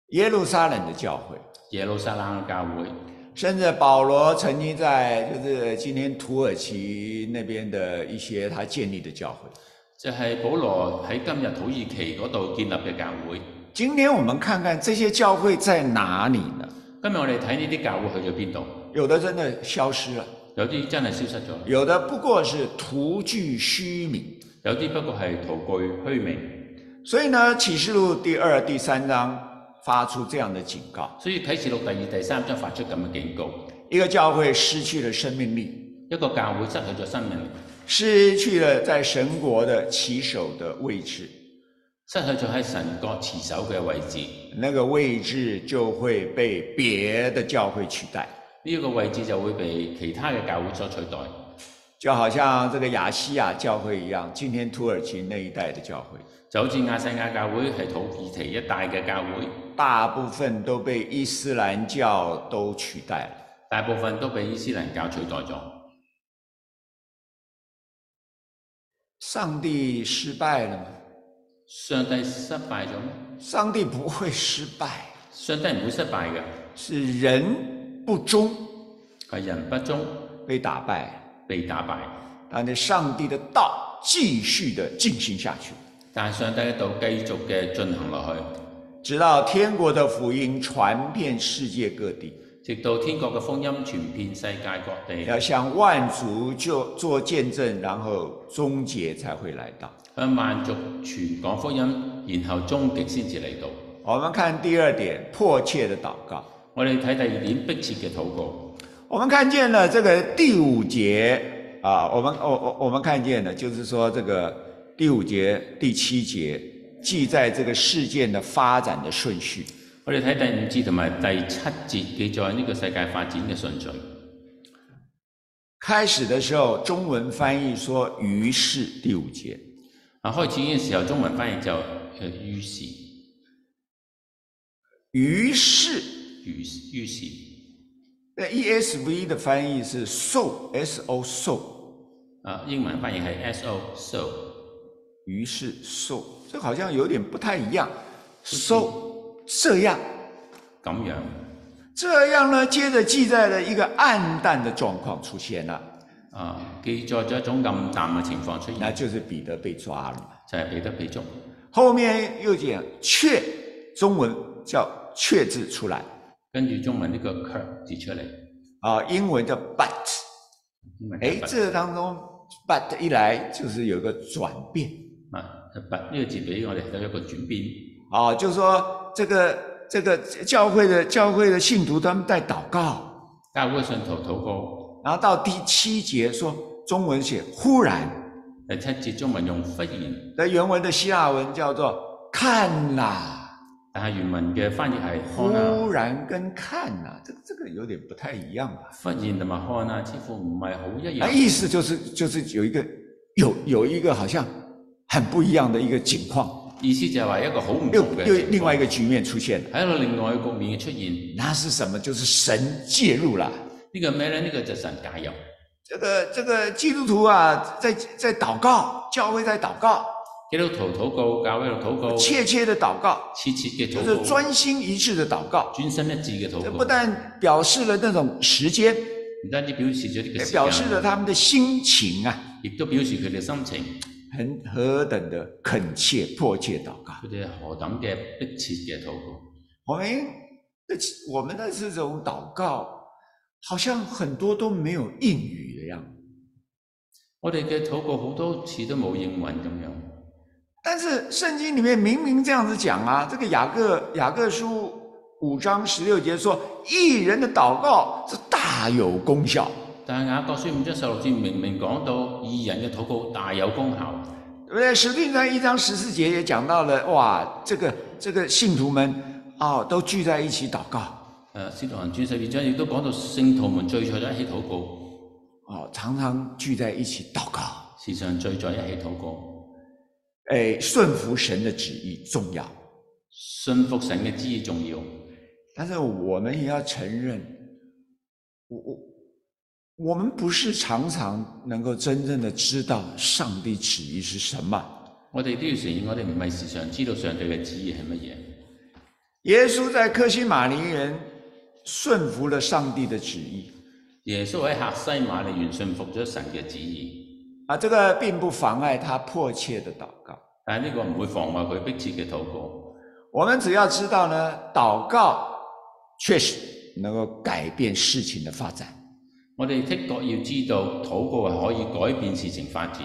C: 耶路撒冷的教会，
B: 耶路撒冷嘅教會，
C: 甚至保罗曾经在就是今天土耳其那边的一些他建立的教会。
B: 就係、保羅喺今日土耳其嗰度建立嘅教會。
C: 今天我们看看这些教会在哪里呢？
B: 今日我哋睇呢啲教會去咗邊度，
C: 有的真的消失了，
B: 有啲真係消失咗，
C: 有的不过是徒具虚名。
B: 有啲不過係徒具虛名。
C: 所以呢，《启示录》第二、第三章发出这样的警告：
B: 所以啟示錄第二、第三章發出咁嘅警告，
C: 一个教会失去了生命力，
B: 一個教會失去咗生命力，
C: 失去了在神国的旗手的位置，
B: 失去咗喺神國持守嘅位置，呢、
C: 那个位置就会被别的教会取代。
B: 一個位置就會被其他嘅教會所取代。
C: 就好像这个亚细亚教会一样，今天土耳其那一带的教会，
B: 就好似亞細亞教會係土耳其一帶嘅教會，
C: 大部分都被伊斯兰教都取代了。
B: 大部分都被伊斯蘭教取代咗。
C: 上帝失败了吗？
B: 上帝失敗咗咩？
C: 上帝不会失败，
B: 上帝唔會失敗嘅，
C: 是人不忠
B: 佢人不忠
C: 被打败，
B: 被打敗，
C: 但是上帝的道继续的进行下去，
B: 但係上帝嘅道繼續嘅進行落
C: 直到天国的福音传遍世界各地，
B: 去，直到天國嘅福音傳遍世界各地，
C: 要向万族就做见证，然后终结才会来到。
B: 向萬族傳講福音，然後終極先至嚟到。
C: 我们看第二点，迫切的祷告。
B: 我哋睇第二點，迫切嘅禱告。
C: 我们看见了这个第五节啊，我们我我我们看见了，就是说这个第五节、第七节记载这个事件的发展的顺序。
B: 我哋睇第五節同埋第七節記載呢個世界發展嘅順序。
C: 开始的时候，中文翻译说“于是”第五节，
B: 啊，開始嘅時候，中文翻譯就呃於是，
C: 于是
B: 於是於是。
C: 那 ESV 的翻译是 “so s o so”，
B: 啊，英文翻譯係 so so。
C: 于是 so，这好像有点不太一样。so 这样
B: 咁樣，
C: 这样呢，接着记载了一个暗淡的状况出现了。
B: 啊，記載咗一種暗淡嘅情況出
C: 那
B: 現，
C: 就是彼得被抓了。
B: 就係彼得被捉。
C: 后面又讲“却”，中文叫“却”字出来
B: 跟住中文呢個 cur 字出嚟，
C: 啊，英文叫 “but”。
B: 英文
C: 哎，
B: 就
C: 这当中 “but” 一来就是有个转变
B: but 啊，but 呢個字俾我哋睇到一個轉變，
C: 啊，就是说这个这个教会的教会的信徒他们在祷告，
B: 教會信徒禱告。
C: 然后到第七节说中文写“忽然
B: 第七節中文用忽然，”，
C: 那原文的希腊文叫做“看呐、
B: 但係原文嘅翻譯係看啊
C: 忽，然跟“看呐、这个这个有点不太一样吧？
B: 忽然同埋看啊，似乎唔係好一
C: 那
B: 樣。
C: 意思就是就是有一个有有一个好像很不一样的一个景况，
B: 意思就係話一個好唔
C: 又
B: 同嘅
C: 又
B: 情況
C: 另外一個局面出现了。
B: 喺一個另外嘅局面嘅出現，
C: 那是什么？就是神介入了。
B: 呢個咩咧？呢個就神介入。
C: 这个这个基督徒啊，在在祷告，教会在祷告，
B: 基督徒禱告，教會度禱告，切
C: 切切的祷告，
B: 切嘅
C: 就
B: 禱
C: 是
B: 告，
C: 专心一致的祷告。
B: 專心一致嘅禱
C: 这
B: 告
C: 不。但表示了那種时间，
B: 唔單止表示咗呢個
C: 也
B: 時
C: 表示
B: 間，
C: 了他们的心情啊，
B: 亦都表示佢哋心情，
C: 很何等的恳切、迫切祷告。
B: 佢哋何等嘅迫切嘅禱告。
C: 我们的我们的这种祷告，好像很多都没有应允的样子。
B: 我哋嘅禱告好多次都冇應允咁樣，
C: 但是圣经里面明明这样子讲啊，这个雅各雅各书五章十六节说，一人的祷告是大有功效。
B: 但係雅各書五章十六節明明講到義人嘅禱告大有功效，
C: 对不对？使徒行传一章十四节也讲到了，哇，这个这个信徒们啊、都聚在一起祷告，
B: 誒呃《使徒行傳》十二章亦都講到聖徒們聚在咗一起禱告，
C: 哦，常常聚在一起祷告，
B: 時常聚在一起禱告，
C: 哎，顺服神的旨意重要。
B: 信服神嘅旨意重要。
C: 但是我们也要承认，我我我们不是常常能够真正的知道上帝旨意是什么。
B: 我哋都要承認，我哋唔係時常知道上帝嘅旨意係乜嘢。
C: 耶稣在克西马尼人顺服了上帝的旨意
B: 耶穌喺客西馬尼園信服咗神嘅旨意。
C: 啊，这个并不妨碍他迫切的祷告。
B: 但係呢個唔會妨礙佢迫切嘅禱告。
C: 我们只要知道呢，祷告确实能够改变事情的发展，
B: 我哋的確要知道，禱告係可以改變事情發展，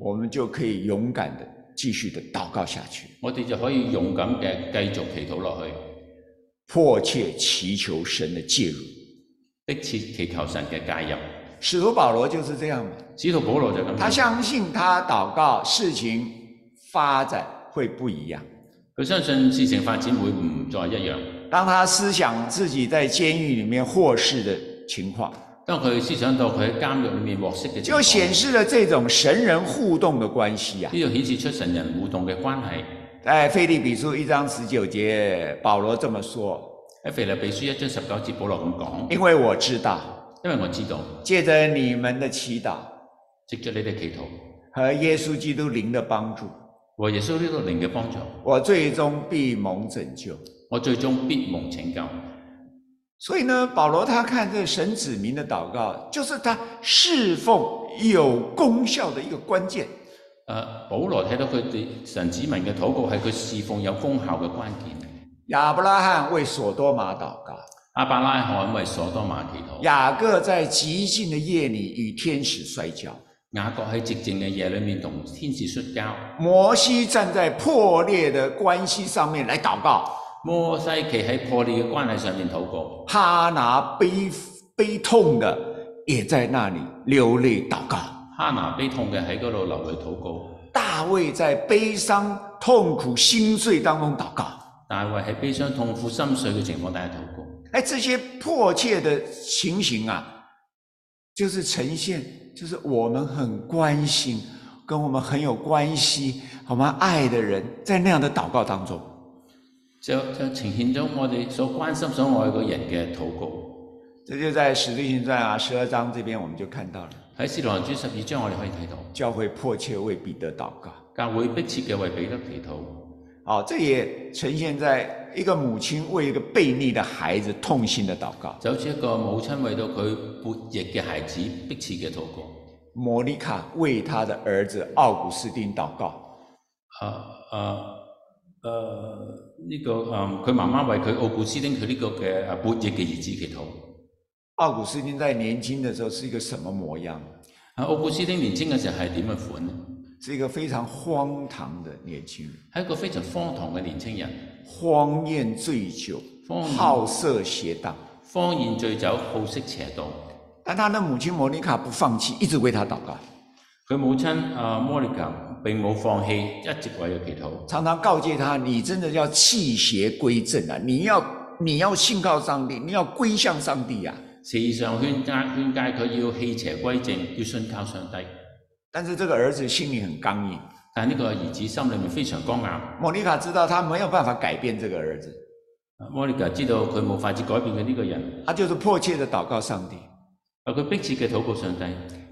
C: 我们就可以勇敢的继续的祷告下去，
B: 我哋就可以勇敢嘅繼續祈禱落去，
C: 迫切祈求神的介入。
B: 迫切祈求神嘅介入。
C: 使徒保罗就是这样嘛，
B: 使徒保羅就咁
C: 他
B: 樣，
C: 相信他祷告，事情发展会不一样。
B: 佢相信事情發展會唔再一樣。
C: 当他思想自己在监狱里面获释的情况，
B: 當佢思想到佢喺監獄裏面獲釋嘅情
C: 就
B: 況，
C: 显示了这種神人互动的关系啊。
B: 呢度顯示出神人互動嘅關係。
C: 在菲利比书一章十九节，保罗这么说
B: 喺腓立比書一章十九節，保羅咁：“講，
C: 因为我知道，
B: 因為我知道，
C: 借着你们的祈祷
B: 藉着你哋祈禱
C: 和耶稣基督灵的帮助，
B: 和耶穌呢度靈嘅幫助，
C: 我最终必蒙拯救。”
B: 我最終必蒙拯救。
C: 所以呢，保罗他看这神子民的祷告，就是他侍奉有功效的一个关键。
B: 誒、呃保羅睇到佢哋神子民嘅禱告係佢侍奉有功效嘅關鍵。
C: 亚伯拉罕为索多瑪祷告，
B: 阿伯拉罕為所多瑪祈禱，
C: 雅各在极静的夜里与天使摔跤，
B: 雅各喺寂靜嘅夜裏面同天使摔跤。
C: 摩西站在破裂的关系上面来祷告，
B: 摩西奇喺破裂嘅關係上面禱告，
C: 哈拿悲悲痛的也在那里流泪祷告，
B: 哈拿悲痛嘅喺嗰度流淚禱告，
C: 大卫在悲伤、痛苦、心碎当中祷告。
B: 大衛喺悲傷、痛苦、心碎嘅情況底下禱告。
C: 哎，这些迫切的情形啊，就是呈现，就是我们很关心，跟我们很有关系，我们爱的人，在那样的祷告当中，
B: 就就呈現咗我哋所關心、所愛嘅人嘅禱告。
C: 这就在《使徒行传》啊十二章这边我们就看到了，
B: 喺《使徒行傳》十二章，我哋可以睇到
C: 教会迫切为彼得祷告。
B: 教會迫切嘅為彼得祈禱，
C: 好、这也呈现在一个母亲为一个悖逆的孩子痛心的祷告。
B: 就好似一個母親為到佢叛逆嘅孩子迫切嘅禱告。
C: 摩妮卡为她的儿子奥古斯丁祷告，
B: 啊啊啊！呢、個嗯，佢媽媽為佢奧古斯丁佢呢個嘅啊叛逆嘅兒子祈禱。
C: 奥古斯丁在年轻的时候是一个什么模样？
B: 啊，奧古斯丁年青嘅時候係點嘅款呢？
C: 是一个非常荒唐的年轻人，
B: 係一個非常荒唐嘅年青人，
C: 荒宴醉酒，
B: 荒宴
C: 好色邪荡。
B: 荒宴醉酒，好色邪道。
C: 但他的母亲莫妮卡不放弃，一直为他祷告，
B: 佢母親啊 Monica 並冇放棄，一直為佢祈禱，
C: 常常告诫他：“你真的要弃邪归正啊！你要你要信靠上帝，你要归向上帝啊
B: 時常勸戒勸戒佢要棄邪歸正，要信靠上帝。！”
C: 但是这个儿子心里很刚硬，
B: 但呢個兒子心裏面非常剛硬。啊
C: 莫妮卡知道他没有办法改变这个儿子，
B: Monica 知道佢冇法子改變佢呢個人，
C: 他就是迫切的祷告上帝。
B: 啊佢迫切嘅禱告上帝。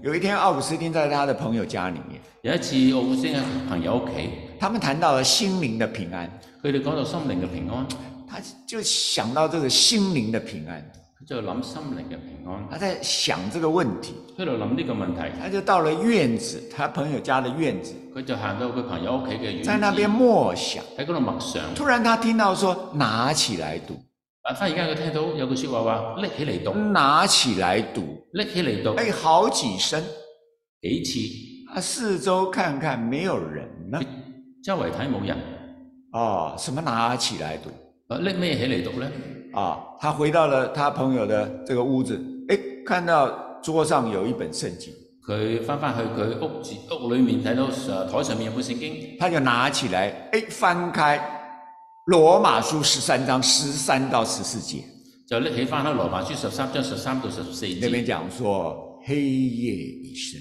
C: 有一天，奥古斯丁在他的朋友家里面，
B: 有一次奧古斯丁喺朋友屋企，
C: 他们谈到了心灵的平安，
B: 佢哋講到心靈嘅平安，
C: 他就想到这个心灵的平安。
B: 佢就諗心靈嘅平安，
C: 他在想这个问题，
B: 佢就諗呢個問題，
C: 他就到了院子，他朋友家的院子，
B: 佢就行到佢朋友屋企嘅院子
C: 在那邊默想。
B: 喺嗰度默想。
C: 突然，他听到说：“拿起来读，
B: 啊！忽然間佢聽到有句説話話拎起嚟讀，
C: 拿起来读。
B: 拎起嚟”
C: 嗯哎，
B: 讀
C: 好几声。
B: 幾次，
C: 他四周看看，没有人呢。
B: 周圍睇冇人。
C: 哦，什么拿起来读
B: 啊！拎咩起嚟讀呢？
C: 啊、他回到了他朋友的这个屋子，哎，看到桌上有一本圣经，
B: 佢翻返去佢屋子屋裏面睇到呃台上面有本聖經，
C: 他就拿起来，哎，翻开《罗马书》十三章十三到十四节。
B: 就拎起翻開羅馬書十三章十三到十四
C: 那边
B: 節，
C: 讲说黑夜已深，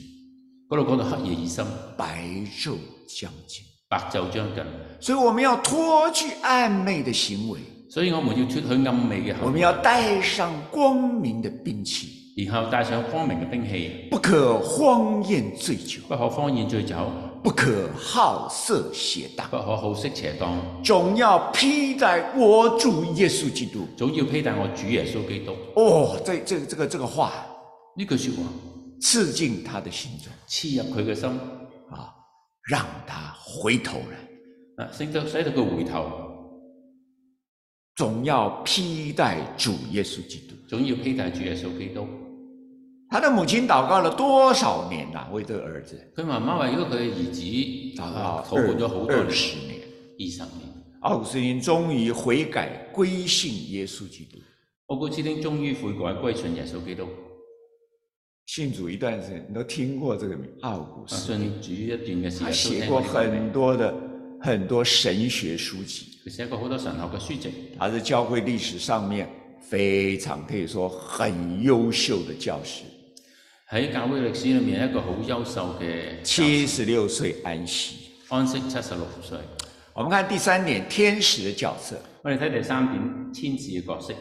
B: 嗰度講到黑夜已深，
C: 白昼将近，
B: 白晝將近，
C: 所以我们要脱去暧昧的行为，
B: 所以我們要脱去暗昧嘅
C: 我
B: 口
C: 们，要带上光明的兵器，
B: 然後帶上光明嘅兵器，
C: 不可荒宴醉酒，
B: 不可荒宴醉酒，
C: 不可好色邪荡，
B: 不可好色邪當，
C: 总要披戴我主耶稣基督。
B: 總要披戴我主耶穌基督。
C: 哦，这这这个这个话
B: 呢句説話
C: 刺进他的心中
B: 刺入佢嘅心，
C: 啊，让他回头来，
B: 啊，使到使到佢回頭。
C: 总要披戴主耶稣基督。
B: 總要披戴住耶穌基督。
C: 他的母亲祷告了多少年呐、为这个儿子
B: 佢媽媽為咗佢嘅兒子
C: 祷
B: 啊
C: 告
B: 禱告咗好多
C: 二
B: 年，
C: 十年。
B: 二十年。
C: 奥古斯丁终于悔改归信耶稣基督，
B: 我故知丁終於悔改歸信耶穌基督。
C: 信主一段时间，你都听过这个名奥古斯
B: 信
C: 丁，
B: 主一段嘅時
C: 他
B: 日都
C: 写
B: 聽
C: 过
B: 過呢個
C: 很
B: 名，
C: 多的很多神学书籍，
B: 佢寫過好多神學嘅書籍，
C: 他是教会历史上面非常可以说很优秀的教师。
B: 喺教會歷史裏面一個好優秀嘅教師。
C: 七十六岁安息。
B: 安息七十六歲。
C: 我们看第三点，天使的角色。
B: 我哋睇第三點，天使嘅角色。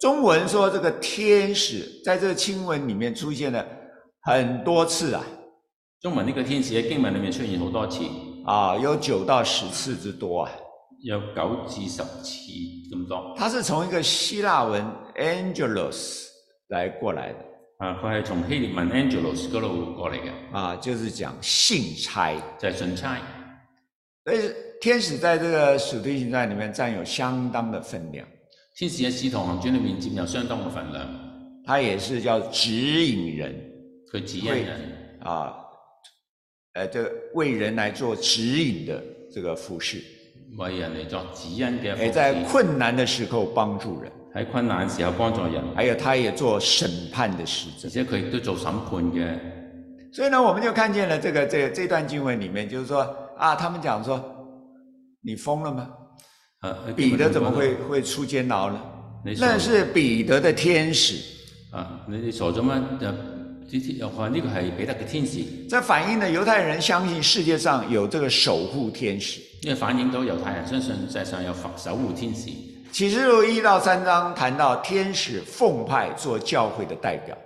C: 中文说这个天使，在这个经文里面出现了很多次啊，
B: 中文呢個天使喺經文裏面出現好多次，
C: 啊，有九到十次之多啊。
B: 有九至十次咁多。
C: 它是从一个希腊文 angelos 来过来的
B: 啊，佢係從希臘文 Angelos 嗰度過嚟嘅，
C: 啊，就是讲信差。
B: 就係、信差。
C: 所以天使在这个《使徒行传》里面占有相当的分量，
B: 天使喺《使徒行傳》裏面佔有相當嘅份量，
C: 它也是叫指引人
B: 佢指引人，
C: 啊，呃，这个为人来做指引的这个服饰，
B: 為人嚟作指引嘅服
C: 也哎在
B: 侍。
C: 困难的时候帮助人。
B: 喺困難時候幫助人，
C: 还有他也做审判的使者
B: 而。且佢亦都做審判嘅。
C: 所以呢，我们就看见了这个这这段经文里面，就是说啊，他们讲说，你疯了吗？
B: 啊喺
C: 彼
B: 經文裏
C: 得
B: 面
C: 怎么
B: 講到
C: 会会出监牢呢
B: 没？错
C: 那是彼得的天使，
B: 啊！你哋傻咗咩？就呢啲又話呢個係彼得嘅天使，呢、
C: 这反映了犹太人相信世界上有这个守护天使。
B: 個反映到猶太人相信世界上有守護天使。
C: 启示录一到三章谈到天使奉派做教会的代表，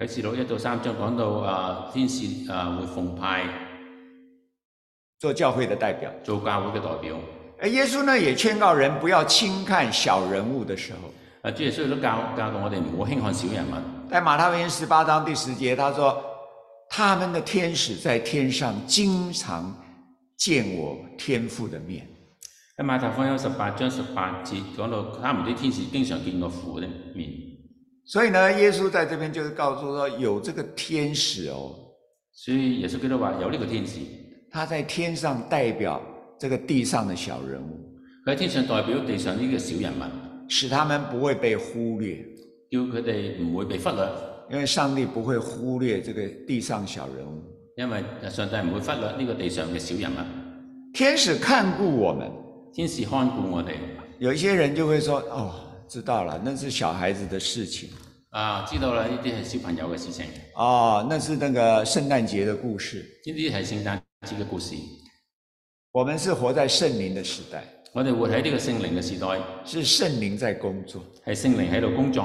B: 啟示錄一到三章講到啊，天使啊會奉派
C: 做教會的代表。
B: 做教會嘅代表。
C: 而耶稣呢也劝告人不要轻看小人物的时候，
B: 啊，主耶穌都教教導我哋唔好輕看小人物。
C: 在马太福音十八章第十节，他说：“他们的天使在天上经常见我天父的面。
B: 喺馬太福音十八章十八節講到，他們啲天使經常見我父的面。”
C: 所以呢，耶稣在这边就是告诉说，有这个天使哦，
B: 所以耶穌基督話有呢個天使，
C: 他在天上代表这个地上的小人物，
B: 佢喺天上代表地上呢個小人物，
C: 使他们不会被忽略，
B: 叫佢哋唔會被忽略，
C: 因为上帝不会忽略这个地上小人物。
B: 因為上帝唔會忽略呢個地上嘅小人物。
C: 天使看顾我们，
B: 天使看顧我哋，
C: 有一些人就会说：“哦，知道了，那是小孩子的事情。”
B: 啊，知道啦，呢啲係小朋友嘅事情，呢
C: 哦，那是那个圣诞节的故事。
B: 啲係聖誕節嘅故事。
C: 我们是活在圣灵的时代，
B: 我哋活喺呢個聖靈嘅時代，
C: 是圣灵在工作。
B: 係聖靈喺度工作，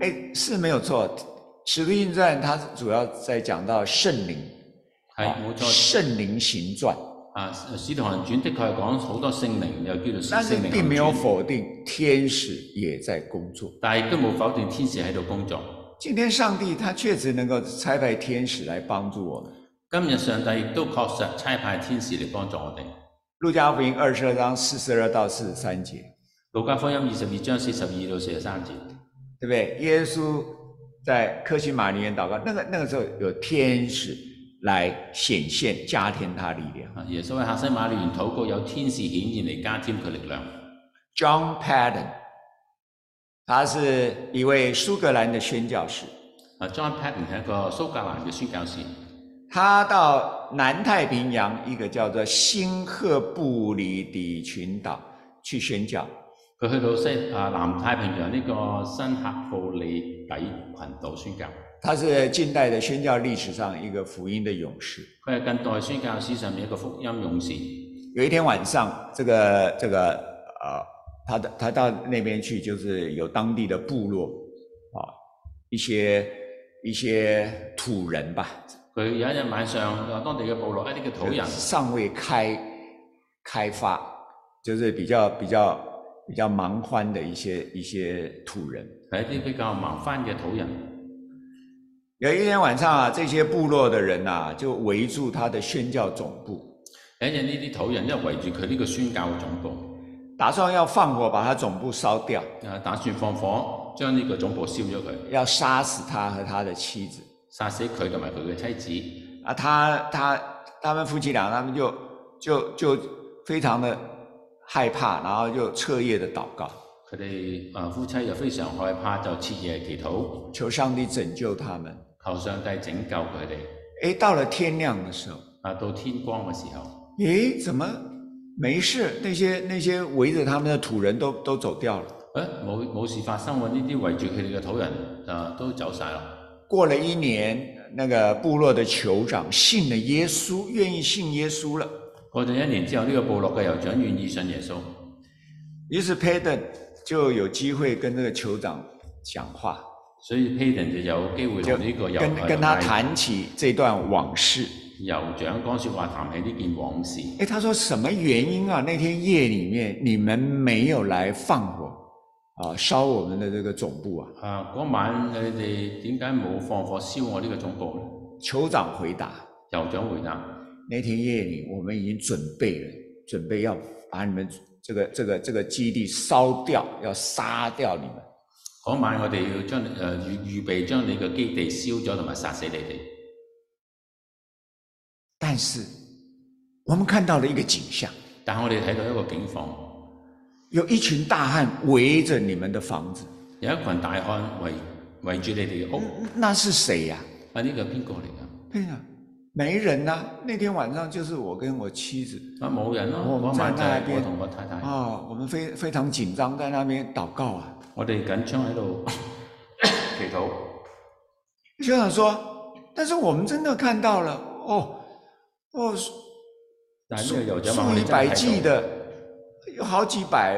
C: 哎，是没有错，《使徒行传》它主要在讲到圣灵，
B: 係冇錯。
C: 圣灵行传，
B: 啊，使徒行傳的確係講好多聖靈，又叫做
C: 但是
B: 聖靈
C: 并没有
B: 行傳，
C: 否定天使也在工作。
B: 但係都冇否定天使喺度工作。
C: 今天上帝他确实能够差派天使来帮助我们。
B: 今日上帝亦都確實差派天使嚟幫助我哋。
C: 路加福音二十二章四十二到四十三节，
B: 路加福音二十二章四十二到四十三節，
C: 对不对？耶稣在科西玛尼园祷告，那个那个时候有天使来显现加添他力量。
B: 啊耶穌喺客西馬尼園禱告，有天使顯現嚟加添佢力量。
C: John Patton，他是一位苏格兰的宣教士，
B: 啊，John Patton 係一個蘇格蘭嘅宣教士，
C: 他到南太平洋一个叫做新赫布里底群岛去宣教。
B: 佢去到西啊南太平洋呢個新喀布里底群島宣教。
C: 他是近代的宣教历史上一个福音的勇士。
B: 佢係近代宣教史上面一個福音勇士。
C: 有一天晚上，这个这个呃，他的他到那边去，就是有当地的部落啊，一些一些土人吧，
B: 佢有一日晚上，啊當地嘅部落一啲嘅土人
C: 尚未开开发，就是比较比较比较蛮荒的一些一些土人。
B: 係一啲比較盲翻嘅土人。
C: 有一天晚上啊，这些部落的人啊，就围住他的宣教总部，
B: 有一日呢啲土人一圍住佢呢個宣教嘅總部。
C: 打算要放火把他总部烧掉，
B: 啊，打算放火將呢個總部燒咗佢，
C: 要杀死他和他的妻子。
B: 殺死佢同埋佢嘅妻子。
C: 啊，他他他们夫妻俩，他们就就就非常的害怕，然后就彻夜的祷告。
B: 佢哋啊夫妻又非常害怕，就徹夜祈禱，
C: 求上帝拯救他们。
B: 求上帝拯救佢哋。
C: 诶，到了天亮的时候，
B: 啊，到天光嘅時候，
C: 诶，怎么没事？那些那些围着他们的土人都都走掉了。
B: 誒冇冇事發生喎，呢啲圍住佢哋嘅土人啊都走晒啦。
C: 过了一年，那个部落的酋长信了耶稣，愿意信耶稣了。
B: 過咗一年之後，呢、個部落嘅酋長願意信耶穌，
C: 于是 p a t e n 就有机会跟这个酋长讲话，
B: 所以 Payton 就有機會
C: 就
B: 同呢個
C: 跟
B: 猶
C: 跟他谈起这段往事。
B: 酋長講説話，談起呢件往事。
C: 哎，他说什么原因啊？那天夜里面你们没有来放火啊，烧我们的这个总部啊？
B: 啊，嗰晚你哋點解冇放火燒我呢個總部呢？
C: 酋长回答：
B: 酋長回答。
C: 那天夜里我们已经准备了，准备要把你们这个这个这个基地烧掉，要杀掉你们。
B: 嗰晚我哋要將誒預預備將你嘅基地燒咗同埋殺死你哋，
C: 但是我们看到了一个景象，
B: 但係我哋睇到一個景況，
C: 有一群大汉围着你们的房子，哦
B: 有一群大漢圍圍住你哋嘅屋，
C: 那是谁呀、哎
B: 啊呢、個邊個嚟㗎？
C: 对呀、没人呐、啊那天晚上就是我跟我妻子
B: 啊冇人咯、
C: 我
B: 嗰晚就係
C: 在那邊
B: 我同我太太，
C: 啊，我们非非常紧张，在那边祷告啊，
B: 我哋緊張喺度 祈禱。
C: 就想说，但是我们真的看到了哦哦，数
B: 但係呢個酋長話我
C: 数
B: 哋
C: 以
B: 真
C: 百
B: 係睇
C: 计
B: 到
C: 的，有好几百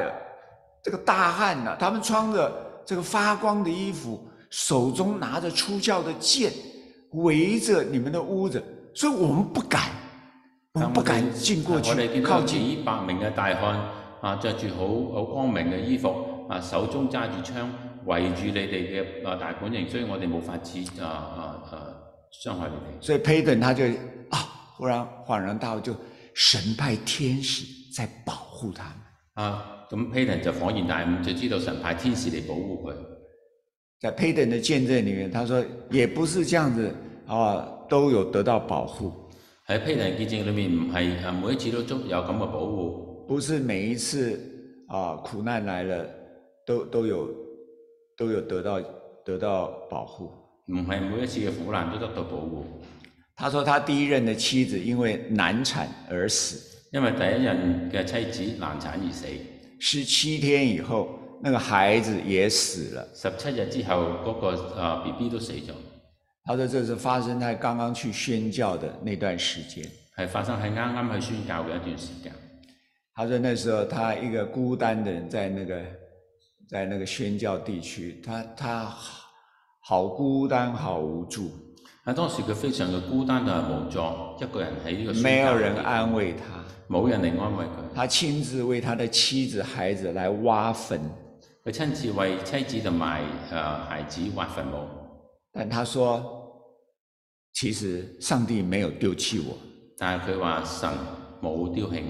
C: 这个大汉呐、他们穿着这个发光的衣服，手中拿着出鞘的剑，围着你们的屋子，所以我们不敢，我
B: 但
C: 们
B: 我
C: 不
B: 哋
C: 敢进过去
B: 啊我哋見到
C: 靠
B: 有
C: 近。
B: 幾百名嘅大漢啊，着住好好光明嘅衣服，啊手中揸住槍，圍住你哋嘅啊大本營，所以我哋冇法子啊啊啊傷害你
C: 所以 Payton 他就啊，忽然恍然大悟，就神派天使在保护他们。
B: 哋啊。咁 Payton 就恍然大悟，就知道神派天使嚟保護佢。
C: 在 Payton 的见证里面，他说也不是这样子啊，都有得到保护，
B: 喺 Payton 見證裏面，唔係啊每一次都足有咁嘅保護，
C: 不是每一次啊苦难来了都都有都有得到得到保护。
B: 唔係每一次嘅苦難都得到保護。
C: 他说他第一任的妻子因为难产而死，
B: 因為第一任嘅妻子難產而死，
C: 十七天以后那个孩子也死了。
B: 十七日之後嗰、個啊 B B 都死咗。
C: 他说这是发生在刚刚去宣教的那段时间。
B: 係發生喺啱啱去宣教嘅一段時間。
C: 他说那时候他一个孤单的人在那个在那个宣教地区，他他好孤单，好无助，
B: 喺當時佢非常嘅孤單同埋無助，一個人喺呢個宣教
C: 没有
B: 嘅
C: 人
B: 地方
C: 安慰他。
B: 冇人嚟安慰佢。
C: 他亲自为他的妻子、孩子来挖坟，
B: 佢親自為妻子同埋誒孩子挖墳墓，
C: 但他说，其实上帝没有丢弃我
B: 但係佢話神冇丟棄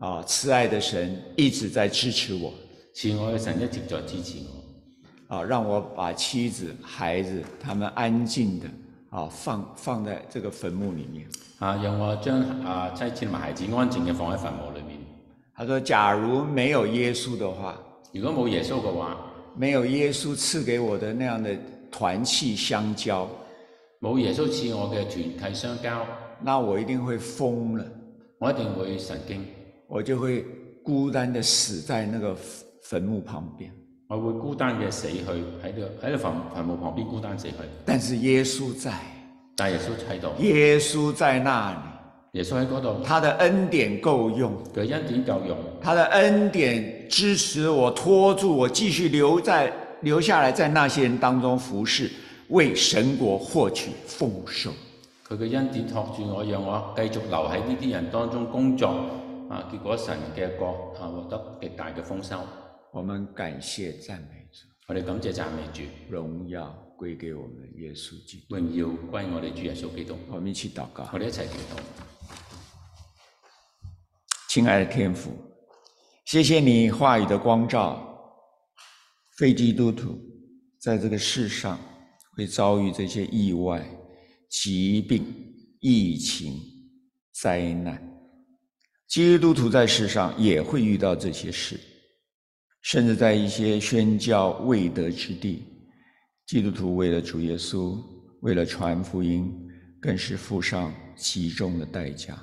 B: 我，
C: 啊，慈爱的神一直在支持我
B: 慈愛嘅神一直在支持我，
C: 啊，让我把妻子、孩子他们安静的啊放放在这个坟墓里面。
B: 啊，讓我將啊妻子同埋孩子安靜嘅放喺墳墓裏面。
C: 他说：“假如没有耶稣的话，
B: 如果冇耶穌嘅話，
C: 没有耶稣赐给我的那样的团契相交，
B: 冇耶穌賜我嘅團契相交，
C: 那我一定会疯了，
B: 我一定會神經，
C: 我就会孤单的死在那個坟墓旁边。
B: 我會孤單嘅死去喺度喺度墳墳墓旁邊孤單死去。
C: 但是耶稣在，
B: 但耶穌喺度，
C: 耶稣在那里，
B: 耶穌喺嗰度，
C: 他的恩典够用，
B: 佢恩典夠用，
C: 他的恩典支持我，拖住我，继续留在留下来，在那些人当中服侍，为神国获取丰收。”
B: 佢嘅恩典托住我，讓我繼續留喺呢啲人當中工作。啊，結果神嘅國啊獲得極大嘅豐收。
C: 我们感谢赞美主。
B: 我哋感謝讚美主，
C: 荣耀归给我们的耶稣基督。
B: 榮耀歸我哋主耶穌基督。
C: 我们一起祷告
B: 我，哋一齊祈禱。
C: 亲爱的天父，谢谢你话语的光照，非基督徒在这个世上会遭遇这些意外、疾病、疫情、灾难，基督徒在世上也会遇到这些事。甚至在一些宣教未得之地，基督徒为了主耶稣，为了传福音，更是付上极重的代价，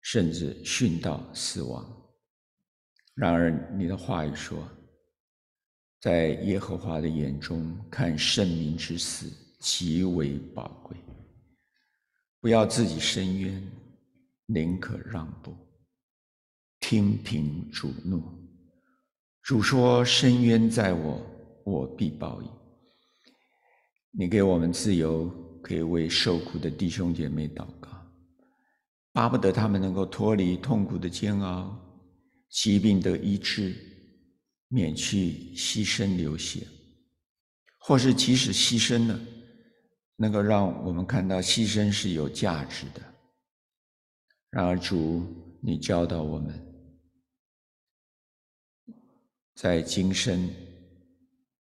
C: 甚至殉道死亡。然而，你的话语说，在耶和华的眼中看圣民之死极为宝贵，不要自己伸冤，宁可让步，听凭主怒。主说：“深渊在我，我必报应。”你给我们自由，可以为受苦的弟兄姐妹祷告，巴不得他们能够脱离痛苦的煎熬、疾病的医治，免去牺牲流血，或是即使牺牲了，能够让我们看到牺牲是有价值的。然而，主，你教导我们。在今生，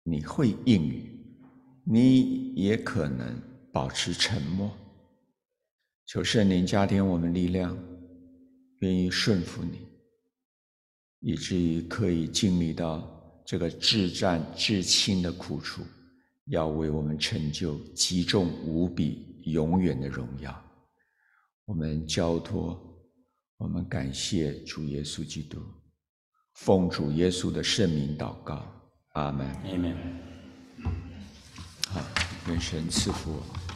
C: 你会应允，你也可能保持沉默。求圣灵加添我们力量，愿意顺服你，以至于可以经历到这个至战至亲的苦楚，要为我们成就极重无比、永远的荣耀。我们交托，我们感谢主耶稣基督。奉主耶稣的圣名祷告，阿门。
B: Amen.
C: 好，愿神赐福我们。